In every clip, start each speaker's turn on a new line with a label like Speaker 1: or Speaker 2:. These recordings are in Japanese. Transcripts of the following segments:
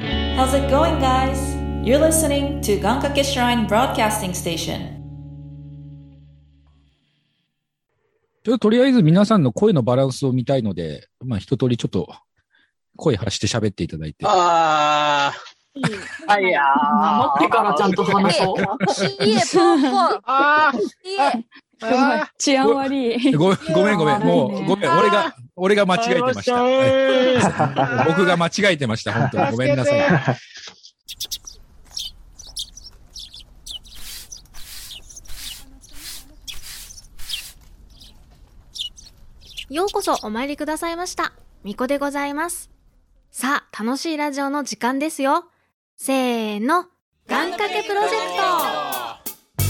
Speaker 1: it going, guys? You're listening to Gankake Shrine Broadcasting Station.
Speaker 2: ちょっととりあえず皆さんの声のバランスを見たいので、まあ一通りちょっと声発して喋っていただいて。
Speaker 3: ああ、あいやー。
Speaker 4: 待ってからちゃんと話そう。
Speaker 5: いえ、ポンポン。
Speaker 3: あー
Speaker 5: いえ、
Speaker 3: あー。
Speaker 6: 治安悪い。
Speaker 2: ごめんごめんごめん。もう
Speaker 6: いやー悪いね
Speaker 2: ごめん。俺が、俺が間違えてました。はい
Speaker 3: た
Speaker 2: 僕が間違えてました。本当に。ごめんなさい。
Speaker 3: い。
Speaker 5: ようこそお参りくださいました。みこでございます。さあ、楽しいラジオの時間ですよ。せーの、願掛けプロジェクト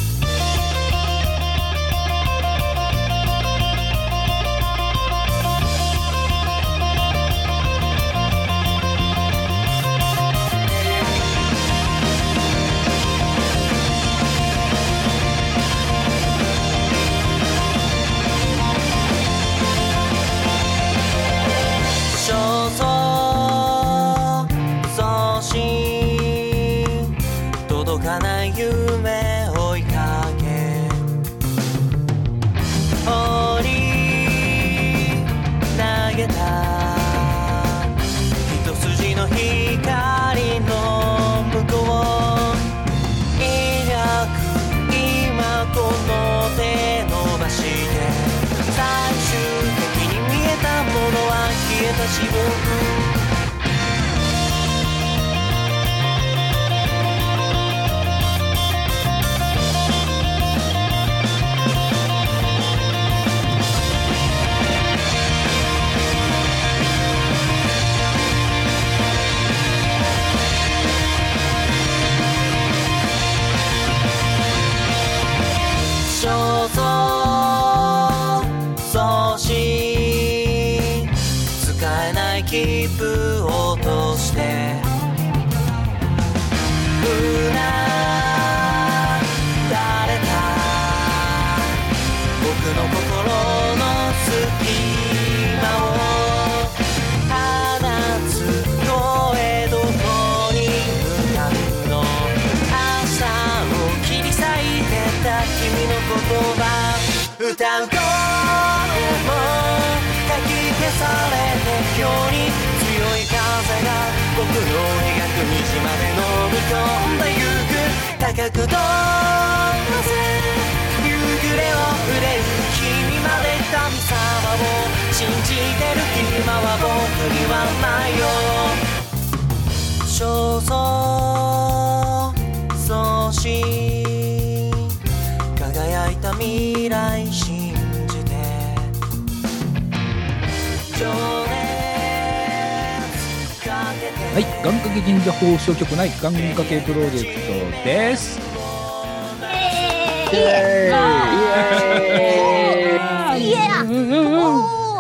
Speaker 7: 焦燥送信届かない夢追いかけ放り投げた一筋の光の向こう抱く今この手伸ばして最終的に見えたものは消えた自分肖像送信使えない切符を落としてうなだれた僕の心の隙間を放つ声どこに向かうの朝を切り裂いてた君の言葉歌う声もかき消されて今日に強い風が僕の描く虹まで飲み込んでゆく高く飛ばせ夕暮れを触れる君まで神様を信じてる今は僕にはないよ肖像送信輝いた未来信じて情熱かけて
Speaker 2: はい、願掛け神社放送局内願掛けプロジェクトです。
Speaker 3: イエーイ
Speaker 5: イエーお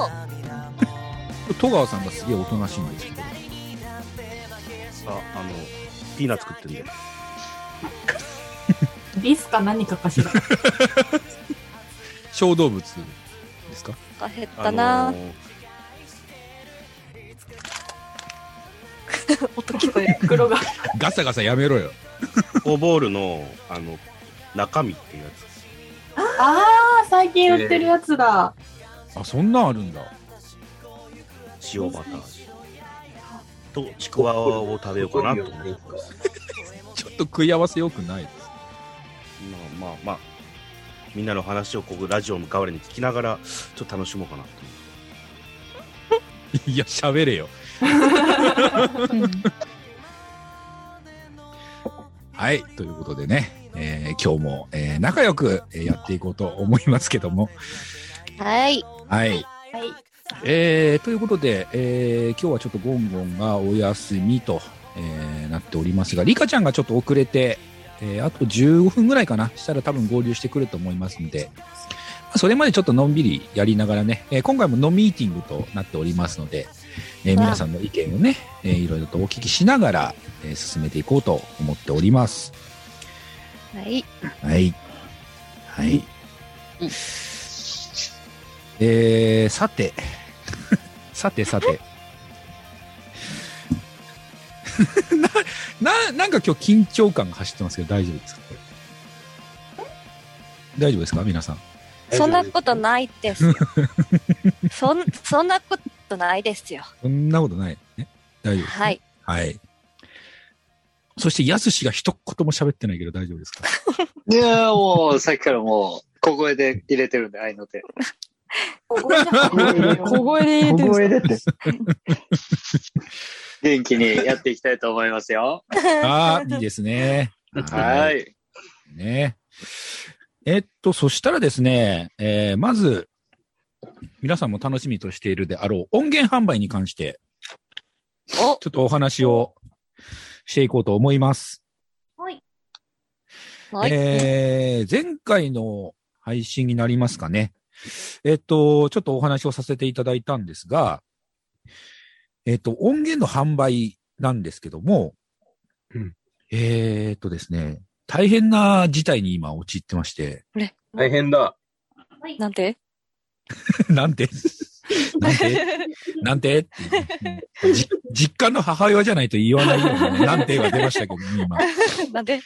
Speaker 5: ー
Speaker 2: 戸川さんがすげえおとなしいんですけど。
Speaker 8: あ、あの、ピーナッツ食ってんで。
Speaker 4: リスか何かかしら。
Speaker 2: 小動物ですか
Speaker 6: か減っ
Speaker 8: あ
Speaker 6: たな
Speaker 8: のー
Speaker 6: 音聞こえる。
Speaker 4: 袋が。
Speaker 2: ガサガサやめろよ。
Speaker 8: オーボールの、あの、中身っていうやつ。
Speaker 4: ああ、最近売ってるやつだ。
Speaker 2: あ、そんなんあるんだ。
Speaker 8: 塩バター味。と、ちくわを食べようかなと思ってます。
Speaker 2: ちょっと食い合わせよくないです。
Speaker 8: まあまあまあ、みんなの話をこう、ラジオの代わりに聞きながら、ちょっと楽しもうかなと思って。
Speaker 2: いや、喋れよ。はい、ということでね、えー今日も、えー仲良くえーやっていこうと思いますけども。
Speaker 6: はい。
Speaker 2: はい。
Speaker 4: はい。
Speaker 2: えーということで、えー今日はちょっとゴンゴンがお休みと、えーなっておりますが、リカちゃんがちょっと遅れて、えーあと15分ぐらいかな、したら多分合流してくると思いますので、それまでちょっとのんびりやりながらね、えー今回もノミーティングとなっておりますので、えー皆さんの意見をね、えーいろいろとお聞きしながら、えー進めていこうと思っております。
Speaker 6: はい。
Speaker 2: はい。はい。えー、さて。 さてさて。な ななんか今日緊張感が走ってますけど大丈夫ですかこれ大丈夫ですか皆さん
Speaker 6: そんなことないで すよ。そん、そんなことないですよ。
Speaker 2: そんなことない、ね、大丈夫です
Speaker 6: はい。
Speaker 2: はいそしてやすしが一言も喋ってないけど大丈夫です か
Speaker 9: いやーもう、さっきからもう、小声で入れてるんで、愛の手。
Speaker 3: 小声で入れてる。小声でって。
Speaker 9: 元気にやっていきたいと思いますよ。
Speaker 2: ああ、いいですね。。
Speaker 9: はいい。
Speaker 2: ね。えっと、そしたらですね、えーまず、皆さんも楽しみとしているであろう音源販売に関して、ちょっとお話をしていこうと思います。
Speaker 5: はい。
Speaker 2: えー前回の配信になりますかね。えっと、ちょっとお話をさせていただいたんですが、えっと、音源の販売なんですけども、えーっとですね、大変な事態に今陥ってまして、
Speaker 8: 大変だ。
Speaker 6: なんて
Speaker 2: なんて、なんて、なんてっていうじ実家の母親じゃないと言わないようなね、なんてが出ましたけどね、今。
Speaker 6: なんで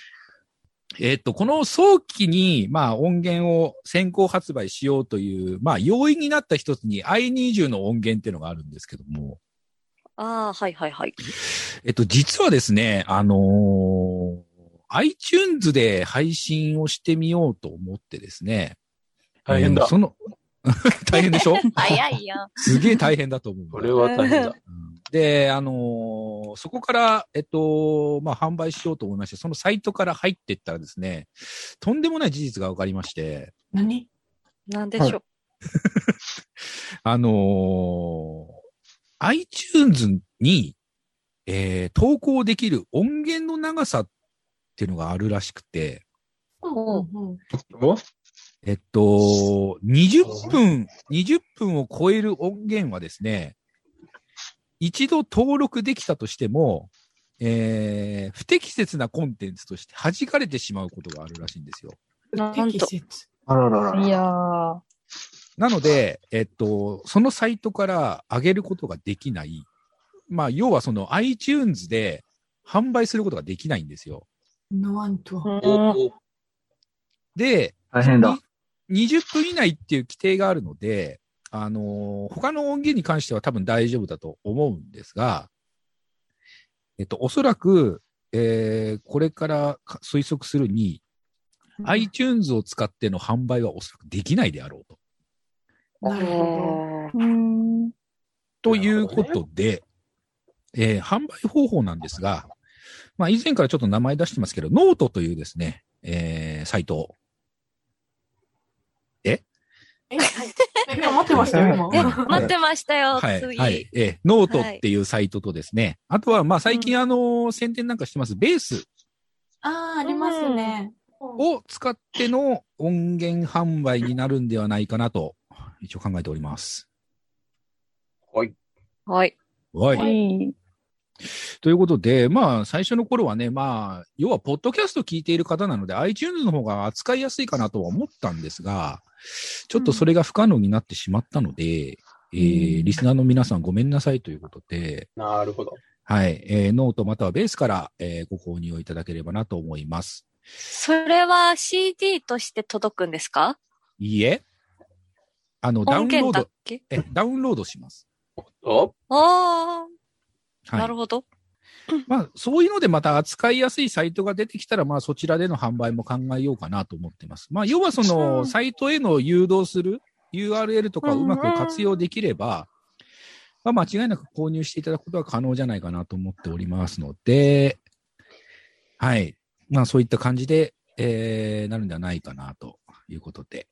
Speaker 2: えっと、この早期に、まあ、音源を先行発売しようという、まあ、要因になった一つに i20 の音源っていうのがあるんですけども、
Speaker 6: ああ、はいはいはい。
Speaker 2: えっと、実はですね、あのー iTunes で配信をしてみようと思ってですね。
Speaker 10: 大変だ
Speaker 2: うんその、 大変でしょ
Speaker 6: 早いよ。
Speaker 2: すげえ大変だと思う。こ
Speaker 10: れは大変だ。
Speaker 2: で、あのーそこから、えっと、まあ、販売しようと思いまして、そのサイトから入っていったらですね、とんでもない事実が分かりまして、
Speaker 4: 何
Speaker 6: なんでしょう。
Speaker 2: あのー iTunes に、えー投稿できる音源の長さっていうのがあるらしくて、えっと、20分、20分を超える音源はですね、一度登録できたとしても、えー不適切なコンテンツとして弾かれてしまうことがあるらしいんですよ。
Speaker 6: なんと。
Speaker 2: あらら
Speaker 3: いやー。
Speaker 2: なので、えっと、そのサイトから上げることができない。まあ、要はその iTunes で販売することができないんですよ。
Speaker 4: なんと。
Speaker 2: で、
Speaker 9: 大変だ。
Speaker 2: 20分以内っていう規定があるので、あのー他の音源に関しては多分大丈夫だと思うんですが、えっと、おそらく、えーこれからか推測するに、iTunes を使っての販売はおそらくできないであろうと。
Speaker 4: なるほ
Speaker 6: ど。うん。
Speaker 2: ということで、えー販売方法なんですが、まあ、以前からちょっと名前出してますけど、ノートというですね、えーサイトを。え
Speaker 4: え、今待ってましたよ、今。
Speaker 6: え、待ってましたよ、
Speaker 2: はい、
Speaker 6: 次。
Speaker 2: はい、えーノートっていうサイトとですね、あとは、まあ、最近、あのー宣伝なんかしてます、ベース
Speaker 4: ああ、ありますね。
Speaker 2: を使っての音源販売になるんではないかなと、一応考えております。
Speaker 10: はい。
Speaker 6: はい。
Speaker 2: はい。
Speaker 6: い。
Speaker 2: ということで、まあ、最初の頃はね、まあ、要は、ポッドキャスト聞いている方なので、iTunes の方が扱いやすいかなとは思ったんですが、ちょっとそれが不可能になってしまったので、えーリスナーの皆さんごめんなさいということで、
Speaker 10: なるほど。
Speaker 2: はい、えーノートまたはベースから、えーご購入をいただければなと思います。
Speaker 6: それは CD として届くんですか
Speaker 2: いいえ、あの、ダウ
Speaker 6: 音
Speaker 2: ンロ
Speaker 6: 源
Speaker 2: ー
Speaker 6: だっ
Speaker 2: ド、
Speaker 6: け
Speaker 2: え、ダウンロードします。
Speaker 10: お
Speaker 6: ああ、
Speaker 2: はい
Speaker 6: なるほど。
Speaker 2: まあ、そういうのでまた扱いやすいサイトが出てきたら、まあ、そちらでの販売も考えようかなと思ってます。まあ、要はその、サイトへの誘導する URL とかをうまく活用できれば、まあ、間違いなく購入していただくことは可能じゃないかなと思っておりますので、はい。まあ、そういった感じで、えー、なるんではないかなということで、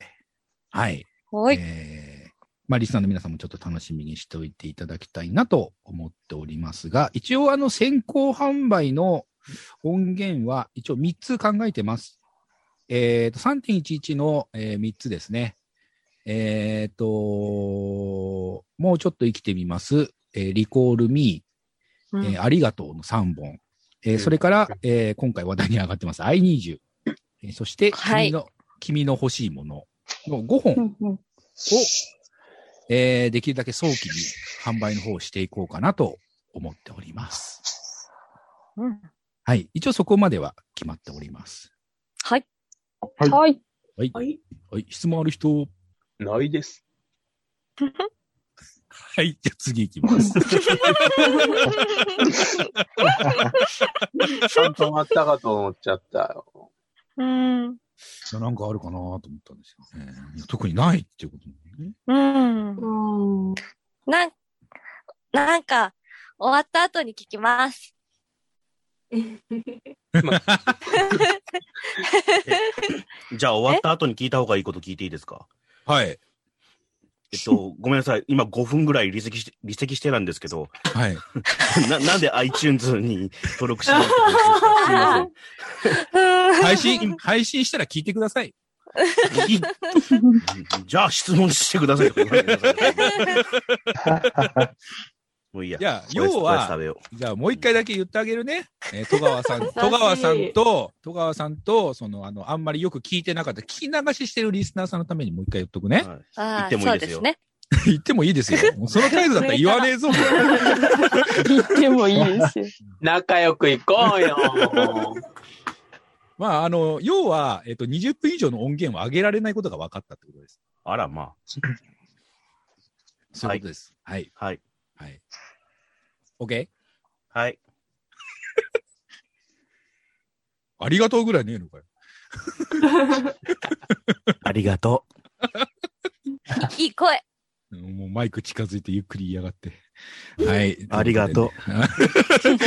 Speaker 2: はい。
Speaker 6: はい。
Speaker 2: えーまあ、リスナーの皆さんもちょっと楽しみにしておいていただきたいなと思っておりますが、一応あの先行販売の音源は一応3つ考えてます。えー、と、3.11の、え3つですね。えっ、と、もうちょっと生きてみます。えーリコールミー、えーありがとうの3本。えーそれから、えー今回話題に上がってます、I20。えーそして、君の、君の欲しいものの5本。を、えーできるだけ早期に販売の方をしていこうかなと思っております。はい。一応そこまでは決まっております。
Speaker 6: はい。
Speaker 2: はい
Speaker 3: はい。
Speaker 2: はい。はい。質問ある人
Speaker 10: ないです。
Speaker 2: はい。じゃあ次行きます。
Speaker 10: 止まったかと思っちゃったよ。
Speaker 6: うん。
Speaker 2: いやなんかあるかなと思ったんですよね。いや特にないっていうこと。
Speaker 6: うん。なん、なんか、終わった後に聞 きます。
Speaker 8: じゃあ終わった後に聞いた方がいいこと聞いていいですか
Speaker 2: はい。
Speaker 8: えっと、ごめんなさい。今5分ぐらい離席して、離席してなんですけど、
Speaker 2: はい。
Speaker 8: な、なんで iTunes に登録しない
Speaker 2: 配信、配信したら聞いてください。
Speaker 8: じゃあ質問してくださいとか言われてください。もういいや。
Speaker 2: いや、
Speaker 8: これ
Speaker 2: 要
Speaker 8: これ食
Speaker 2: は
Speaker 8: べよ、
Speaker 2: じゃあもう一回だけ言ってあげるね。えー戸川さん、戸川さんと、戸川さんと、その、あの、あんまりよく聞いてなかった、聞き流ししてるリスナーさんのためにもう一回言っとくね。
Speaker 6: あ
Speaker 2: 言っ
Speaker 6: あ
Speaker 2: てもいいですよ
Speaker 6: そうですね。
Speaker 2: 言ってもいいですよ。もうその態度だったら言わねえぞ。
Speaker 10: 言ってもいいですよ。仲良く行こうよ。
Speaker 2: まあ、あの、要は、えっと、20分以上の音源は上げられないことが分かったってことです。
Speaker 8: あら、まあ。
Speaker 2: そういうことです。はい。
Speaker 8: はい。
Speaker 2: はい。OK?
Speaker 8: はい。
Speaker 2: ありがとうぐらいねえのかよ。
Speaker 8: ありがと
Speaker 6: いい声。
Speaker 2: うんもうマイク近づいてゆっくり言いやがって。はい。
Speaker 8: ありが とう
Speaker 2: ということでね。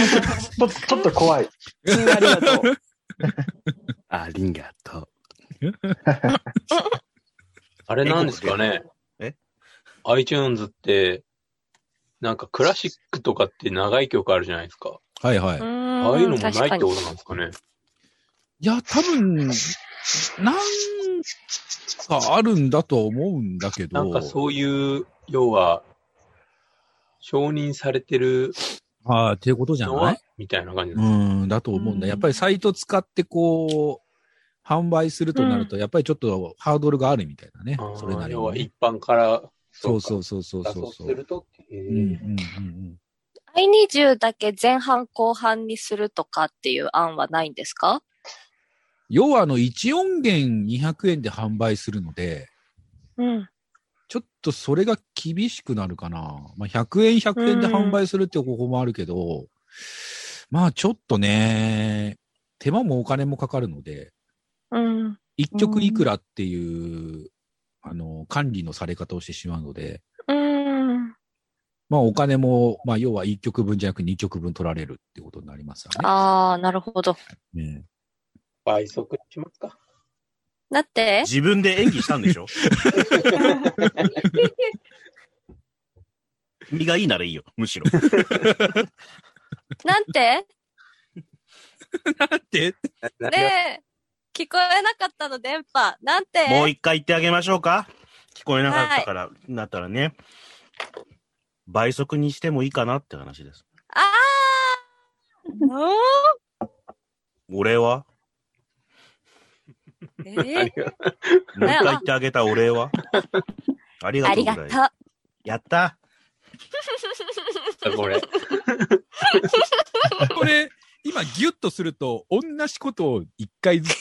Speaker 2: ちょっと怖い。
Speaker 8: ありがとう。ありがとう。
Speaker 10: あれなんですかね。
Speaker 8: え
Speaker 10: ?iTunes って、なんかクラシックとかって長い曲あるじゃないですか。
Speaker 2: はいはい。
Speaker 10: ああいうのもないってことなんですかね。
Speaker 2: いや、多分、なんかあるんだと思うんだけ
Speaker 10: なん
Speaker 2: ど
Speaker 10: か、そういう、要は、承認されてる
Speaker 2: ああ、っていうことじゃ
Speaker 10: の
Speaker 2: な
Speaker 10: はいみたいな感じです。
Speaker 2: うん、だと思うんだ。やっぱりサイト使ってこう、販売するとなると、やっぱりちょっとハードルがあるみたいなね。それなり
Speaker 10: 要
Speaker 2: に
Speaker 10: は
Speaker 2: ね。
Speaker 10: 一般から
Speaker 2: そうそうそうそう
Speaker 10: 打
Speaker 2: そう
Speaker 10: そう
Speaker 2: そ
Speaker 10: す
Speaker 2: う。
Speaker 10: るとっ
Speaker 2: う
Speaker 10: て
Speaker 2: んう
Speaker 10: い
Speaker 2: ん
Speaker 10: う。
Speaker 2: うん
Speaker 6: I20 だけ前半後半にするとかっていう案はないんですか
Speaker 2: 要はあの、1音源200円で販売するので、
Speaker 6: うん。
Speaker 2: ちょっとそれが厳しくなるかな。まあ、100円100円で販売するっていう方法もあるけど、まあちょっとね、手間もお金もかかるので、
Speaker 6: うん。
Speaker 2: 一曲いくらっていう、あの、管理のされ方をしてしまうので、
Speaker 6: うん。
Speaker 2: まあお金も、まあ要は一曲分じゃなく二曲分取られるってことになりますよね。
Speaker 6: ああ、なるほど。
Speaker 2: ね
Speaker 10: 倍速にしますか。
Speaker 6: だって、
Speaker 8: 自分で演技した んでしょ身がいいならいいよ、むしろ。
Speaker 6: なん て
Speaker 2: で、
Speaker 6: ねえ、聞こえなかったの、電波。なんて
Speaker 8: もう一回言ってあげましょうか。聞こえなかったから、なったらね。倍速にしてもいいかなって話です。
Speaker 6: あ あ
Speaker 8: お礼は
Speaker 6: うんえー
Speaker 8: もう一回言ってあげたお礼 はありが
Speaker 6: あ
Speaker 8: とう
Speaker 6: り
Speaker 8: ぐ
Speaker 6: が
Speaker 8: らい。
Speaker 6: と
Speaker 8: やった
Speaker 10: う。これ。
Speaker 2: これ、今ギュッとすると、同じことを一回ず つ、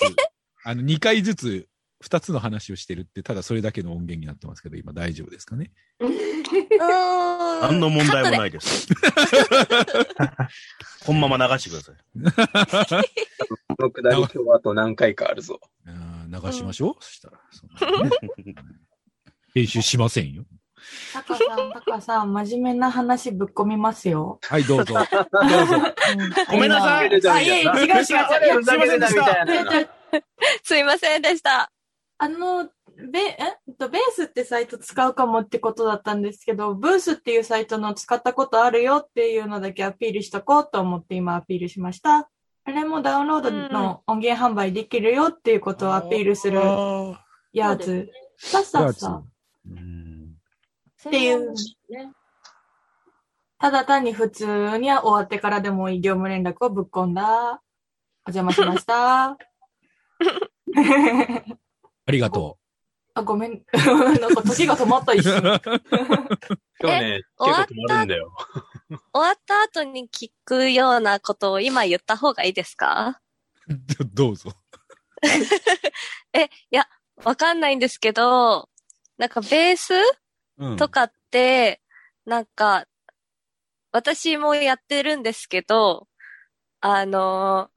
Speaker 2: あの、二回ずつ、二つの話をしてるって、ただそれだけの音源になってますけど、今大丈夫ですかね。
Speaker 8: 何の問題もないです。このまま流してください。
Speaker 10: このくだり今日あと何回かあるぞ。
Speaker 2: 流しましょう、そしたら。そ んなのね編集しませんよ。
Speaker 4: タカさん、タカさん、真面目な話ぶっ込みますよ。
Speaker 2: はい、どう ぞ。
Speaker 4: ごめんなさい今あいえいえ違う違う違うふざけてたみ たいな
Speaker 6: すいませんでした。
Speaker 4: あの、ベ、ええっと、ベースってサイト使うかもってことだったんですけど、ブースっていうサイトの使ったことあるよっていうのだけアピールしとこうと思って今アピールしました。あれもダウンロードの音源販売できるよっていうことをアピールするやつ。さっさっさ。っていう。ただ単に普通には終わってからでもいい業務連絡をぶっ込んだ。お邪魔しました。
Speaker 2: ありがと
Speaker 4: あ、ごめん。 なんか時が止まった一瞬。
Speaker 10: 今日ね、結構止まるんだよ。
Speaker 6: 終わった後に聞くようなことを今言った方がいいですか
Speaker 2: どうぞ。
Speaker 6: え、いや、わかんないんですけど、なんかベース
Speaker 2: うん
Speaker 6: とかって、なんか、私もやってるんですけど、あのー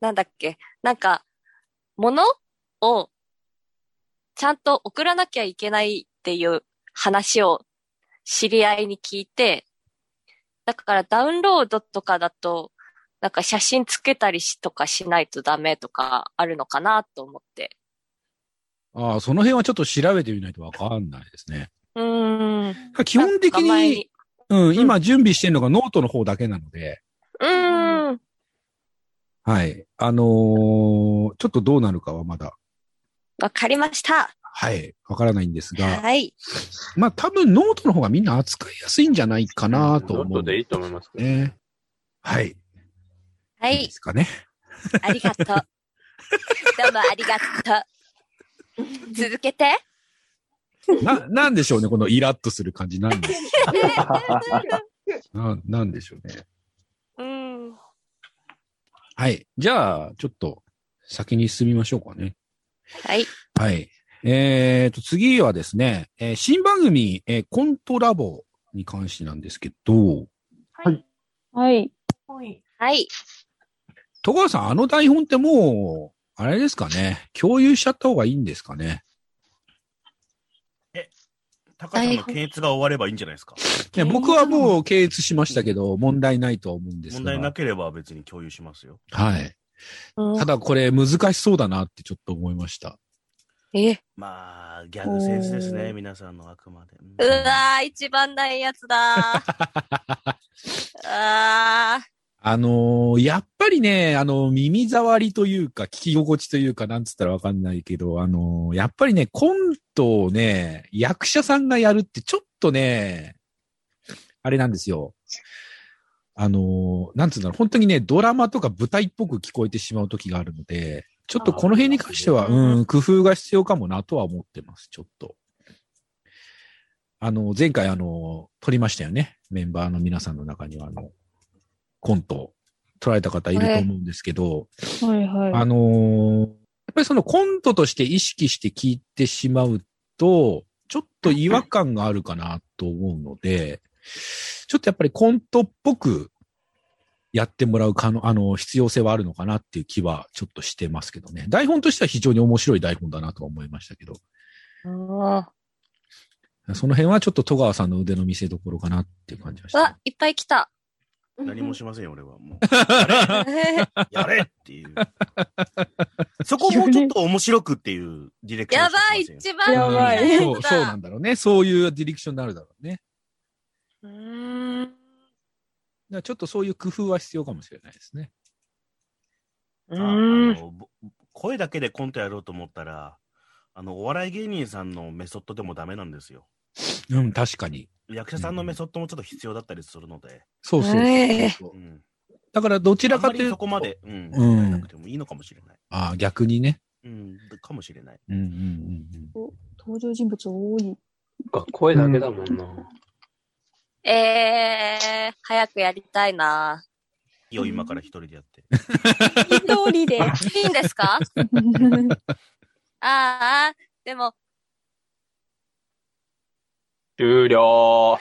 Speaker 6: なんだっけ、なんか、ものを、ちゃんと送らなきゃいけないっていう話を知り合いに聞いて、だからダウンロードとかだと、なんか写真つけたりしとかしないとダメとかあるのかなと思って。
Speaker 2: ああ、その辺はちょっと調べてみないとわかんないですね。
Speaker 6: うーん。
Speaker 2: 基本的
Speaker 6: なんか前
Speaker 2: に、うん、今準備してるのがノートの方だけなので、
Speaker 6: うーん。
Speaker 2: はい。あのーちょっとどうなるかはまだ、
Speaker 6: わかりました。
Speaker 2: はい、わからないんですが、
Speaker 6: はい。
Speaker 2: まあ多分ノートの方がみんな扱いやすいんじゃないかなと
Speaker 10: ノー
Speaker 2: 思う
Speaker 10: ト。でいいと思いますけど。
Speaker 2: ね。はい。で
Speaker 6: はい。
Speaker 2: すかね。
Speaker 6: ありがとう。どうもありがとう。続けて。
Speaker 2: な、なんでしょうね、このイラッとする感じ。なんでななんでしょうね。
Speaker 6: うん。
Speaker 2: はい。じゃあ、ちょっと先に進みましょうかね。
Speaker 6: はい。
Speaker 2: はい。えー、と、次はですね、えー新番組、えーコントラボに関してなんですけど、
Speaker 3: はい。
Speaker 4: はい。
Speaker 6: はい。
Speaker 2: 戸川さん、あの台本ってもう、あれですかね、共有しちゃった方がいいんですかね。
Speaker 8: 高橋の検閲が終わればいいんじゃないですか。
Speaker 2: ね僕はもう経閲しましたけど、問題ないとは思うんです
Speaker 8: 問
Speaker 2: が。
Speaker 8: 題なければ別に共有しますよ。
Speaker 2: はい。ただこれ難しそうだなってちょっと思いました。
Speaker 6: え、
Speaker 8: まあ、ギャグセンスですね、皆さんのあくまで。うん
Speaker 6: うわー、一番ないやつだー。あ
Speaker 2: あのーやっぱりね、あのー耳障りというか、聞き心地というか、なんつったらわかんないけど、あのーやっぱりね、コントをね、役者さんがやるってちょっとね、あれなんですよ。あのーなんつうんだろう、本当にね、ドラマとか舞台っぽく聞こえてしまう時があるので、ちょっとこの辺に関しては、
Speaker 8: あー
Speaker 2: うん、工夫が必要かもなとは思ってます、ちょっと。あのー前回あのー撮りましたよね。メンバーの皆さんの中には、あの、コントを撮られた方いると思うんですけど、
Speaker 3: はいは
Speaker 2: あのーやっぱりそのコントとして意識して聞いてしまうと、ちょっと違和感があるかなと思うので、ちょっとやっぱりコントっぽくやってもらう可能、あの、必要性はあるのかなっていう気はちょっとしてますけどね。台本としては非常に面白い台本だなとは思いましたけど、
Speaker 6: ー。う
Speaker 2: その辺はちょっと戸川さんの腕の見せ所かなっていう感じがして。
Speaker 6: わ、いっぱい来た。
Speaker 8: 何もしませんよ、俺 は。もう
Speaker 6: や
Speaker 8: やれっていう。そこをもうちょっと面白くっていうディレクションを
Speaker 6: ばい、
Speaker 8: してませんよ。
Speaker 3: や
Speaker 6: 一番
Speaker 3: ばい
Speaker 6: やつだ
Speaker 2: そう、そうなんだろうね。そういうディレクションになるだろうね。
Speaker 6: うーん。
Speaker 2: だからちょっとそういう工夫は必要かもしれないですね。
Speaker 6: う
Speaker 8: あ
Speaker 6: ー
Speaker 8: あ
Speaker 6: ん。
Speaker 8: のぼ声だけでコントやろうと思ったら、あの、お笑い芸人さんのメソッドでもダメなんですよ。
Speaker 2: うん、確かに。
Speaker 8: 役者さんのメソッドもちょっと必要だったりするので、
Speaker 2: そうそうそう
Speaker 6: え
Speaker 2: そう
Speaker 8: うん。
Speaker 2: だからどち
Speaker 8: あ
Speaker 2: ら
Speaker 8: んま
Speaker 2: かとい
Speaker 8: り
Speaker 2: うと。
Speaker 8: そこまで、うん、
Speaker 2: うん
Speaker 8: やらなくてもいいのかもしれない。
Speaker 2: ああ、逆にね。
Speaker 8: うん、かもしれない。
Speaker 2: うんうんうん
Speaker 3: 登場人物多い。
Speaker 10: そっか声だけだもんな。
Speaker 6: えー、早くやりたいな。
Speaker 8: いいよ、今から一人でやって。
Speaker 3: 一人で。
Speaker 6: いいんですかああ、でも、
Speaker 10: 終了。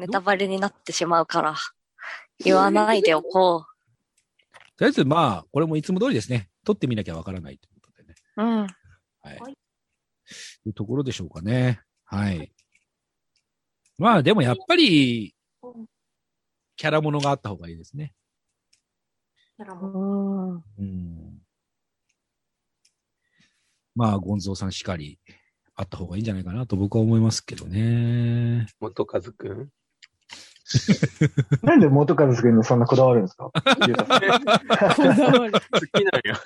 Speaker 6: ネタバレになってしまうから、言わないでおこ
Speaker 2: とりあえずまあ、これもいつも通りですね。撮ってみなきゃわからないということでね。
Speaker 6: う。うん。
Speaker 2: はい。
Speaker 4: はい
Speaker 2: いうところでしょうかね。はい。まあでもやっぱり、キャラものがあった方がいいですね。
Speaker 6: うん。
Speaker 2: うん。まあ、ゴンゾーさんしかり、あった方がいいんじゃないかなと僕は思いますけどね。
Speaker 10: 元和 くん。
Speaker 11: なんで元和君にそんなこだわるんですか ゆうたさん
Speaker 3: こだわる
Speaker 10: 好きなんよ。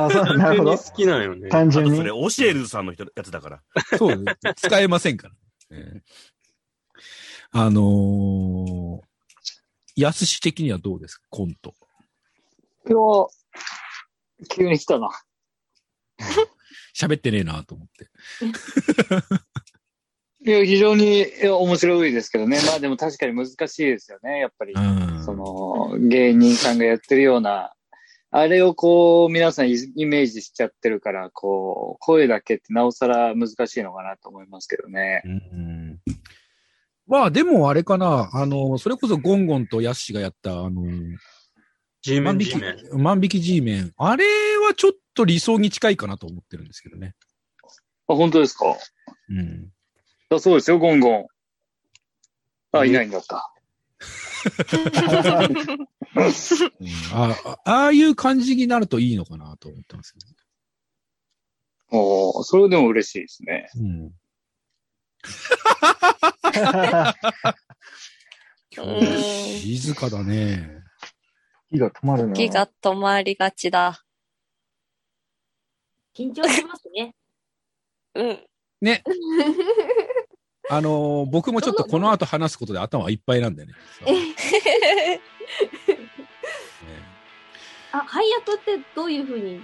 Speaker 11: ああ、そう、な
Speaker 10: 単
Speaker 11: る
Speaker 10: 純
Speaker 11: ほ
Speaker 10: に
Speaker 11: ど。
Speaker 10: 好きなんよね。
Speaker 11: 単
Speaker 8: あ
Speaker 11: 純
Speaker 8: とそ
Speaker 11: に
Speaker 8: れ、。オシエルさんの人やつだから。
Speaker 2: そうですね。使えませんから。ええあのー、やすし的にはどうですかコント。
Speaker 9: 今日、急に来たな。
Speaker 2: 喋ってねえなと思って。
Speaker 9: いや、非常にいや面白いですけどね。まあでも確かに難しいですよね。やっぱり、その、芸人さんがやってるような、あれをこう、皆さんイイメージしちゃってるから、こう、声だけってなおさら難しいのかなと思いますけどね。
Speaker 2: まあ、でもあれかな、あの、それこそゴンゴンとヤッシーがやった、あの、
Speaker 10: G
Speaker 2: 万
Speaker 10: メン
Speaker 2: 引
Speaker 10: G
Speaker 2: き
Speaker 10: メン。、
Speaker 2: 万引き G メン。あれはちょっと理想に近いかなと思ってるんですけどね。
Speaker 9: あ、本当ですか
Speaker 2: うん。
Speaker 9: だそうですよ、ゴンゴン。あ、いないんだった。
Speaker 2: ああああいう感じになるといいのかなと思ってますけど。
Speaker 9: おそれでも嬉しいですね。
Speaker 2: うん。
Speaker 6: うん。
Speaker 2: 静かだね。
Speaker 11: 火が止まるな。
Speaker 6: 気が止まりがちだ。
Speaker 12: 緊張しますね。
Speaker 6: うん。
Speaker 2: ね。あのー僕もちょっとこの後話すことで頭いっぱいなんでね。
Speaker 12: あ、配役ってどういうふうに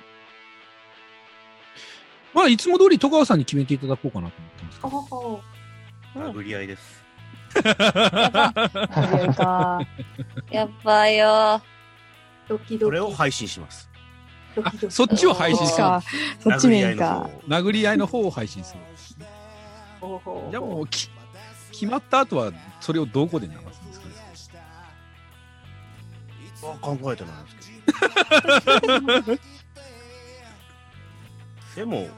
Speaker 2: まあ、いつも通り戸川さんに決めていただこうかなと思ってます。
Speaker 8: 殴り合いです。
Speaker 6: やばいよ。
Speaker 12: ドキ
Speaker 8: これを配信します。
Speaker 2: そっちを配信する
Speaker 3: か。そっち面か。
Speaker 2: 殴り合いの方を配信する。じゃあもうき決まった後はそれをどこで流すんですかね。
Speaker 8: あ考えてないです けど。でも、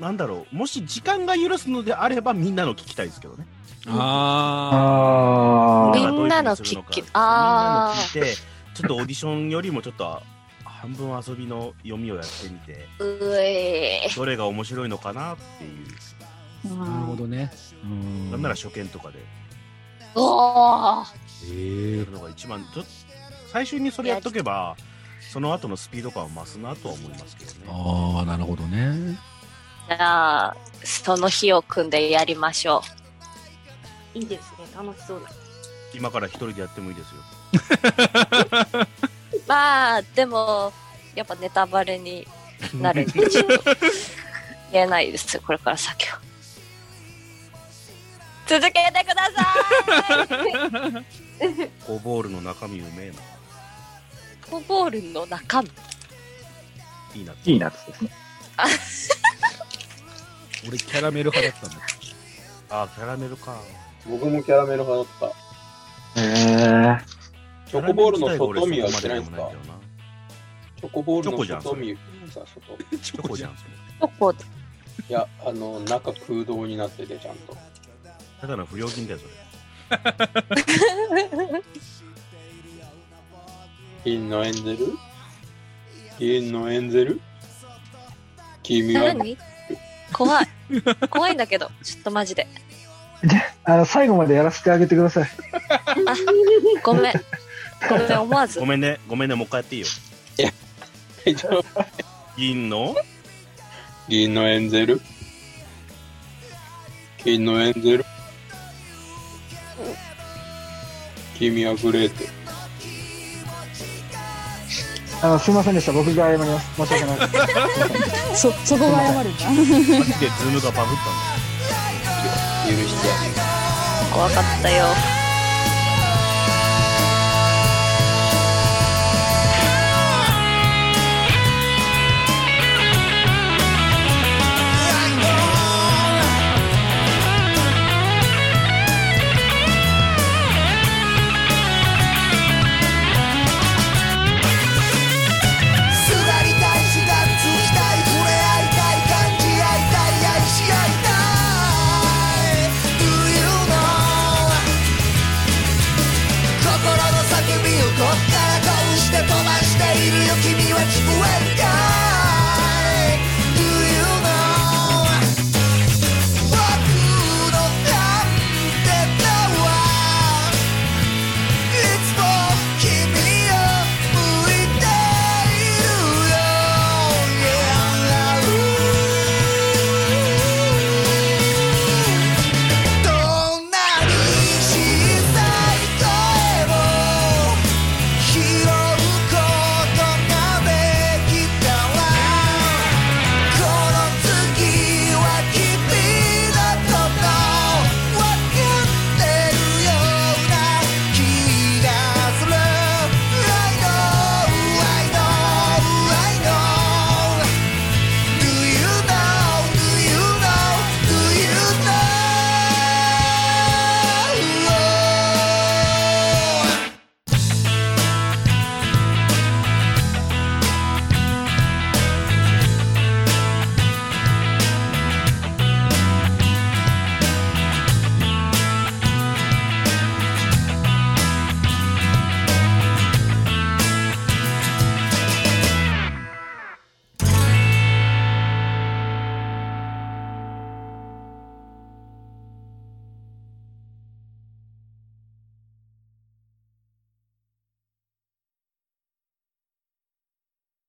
Speaker 8: なんだろう、もし時間が許すのであれば、みんなの聞きたいですけどね。
Speaker 2: あ
Speaker 8: み
Speaker 6: み
Speaker 8: ん
Speaker 6: ん
Speaker 8: な
Speaker 6: なの
Speaker 8: の聞
Speaker 6: 聞
Speaker 8: き
Speaker 6: き、
Speaker 8: あ
Speaker 6: あ
Speaker 8: 聞いて、ちょっとオーディションよりもちょっと半分遊びの読みをやってみて、
Speaker 6: あ。うえ
Speaker 8: どれが面白いのかなっていう。
Speaker 2: なるほどね。
Speaker 8: なんなら初見とかで。
Speaker 6: おー。
Speaker 8: やるのが一番ちょ最初にそれやっとけばその後のスピード感は増すなとは思いますけどね
Speaker 2: ああ、なるほどね。
Speaker 6: じゃあ、その日を組んでやりましょ
Speaker 12: いいですね。楽しそうだ。
Speaker 8: 今から一人でやってもいいですよ
Speaker 6: う。まあ、でも、やっぱネタバレになるんで、 ちょっと言えないです。これから先は。続けてくだ さい
Speaker 8: コボールの中身うめえな
Speaker 6: コボールの中身。
Speaker 8: いいなって
Speaker 11: いいなですね
Speaker 6: あ
Speaker 2: 俺キャラメル派だったんだ
Speaker 8: あーキャラメルか
Speaker 10: 僕もキャラメル派だっ
Speaker 11: へえ。
Speaker 10: た。チョコボールの外見はしてないんですかチョコボール
Speaker 8: チョコじゃ
Speaker 10: の
Speaker 8: ん
Speaker 10: 外見、さ外見。
Speaker 8: チョコじゃん
Speaker 6: どこ
Speaker 10: いや、あの、中空洞になってて、ちゃんと。
Speaker 8: ただの不良品だよそれ
Speaker 10: 銀のエンゼル銀のエンゼル君は
Speaker 6: 何怖い。怖いんだけど、ちょっとマジで。
Speaker 11: あの、最後までやらせてあげてください。
Speaker 6: あ、ごめん。ごめん、思わず。
Speaker 8: ごめんねごめんねもう一回やっていいよ銀の
Speaker 10: 銀のエンゼル銀のエンゼル君はグレーテ
Speaker 11: あの、すいませんでした。僕が謝ります。申し訳ないです。
Speaker 3: そ、そこが謝る
Speaker 8: マジでズームがバグったんだ
Speaker 10: 許して
Speaker 6: 怖かったよ。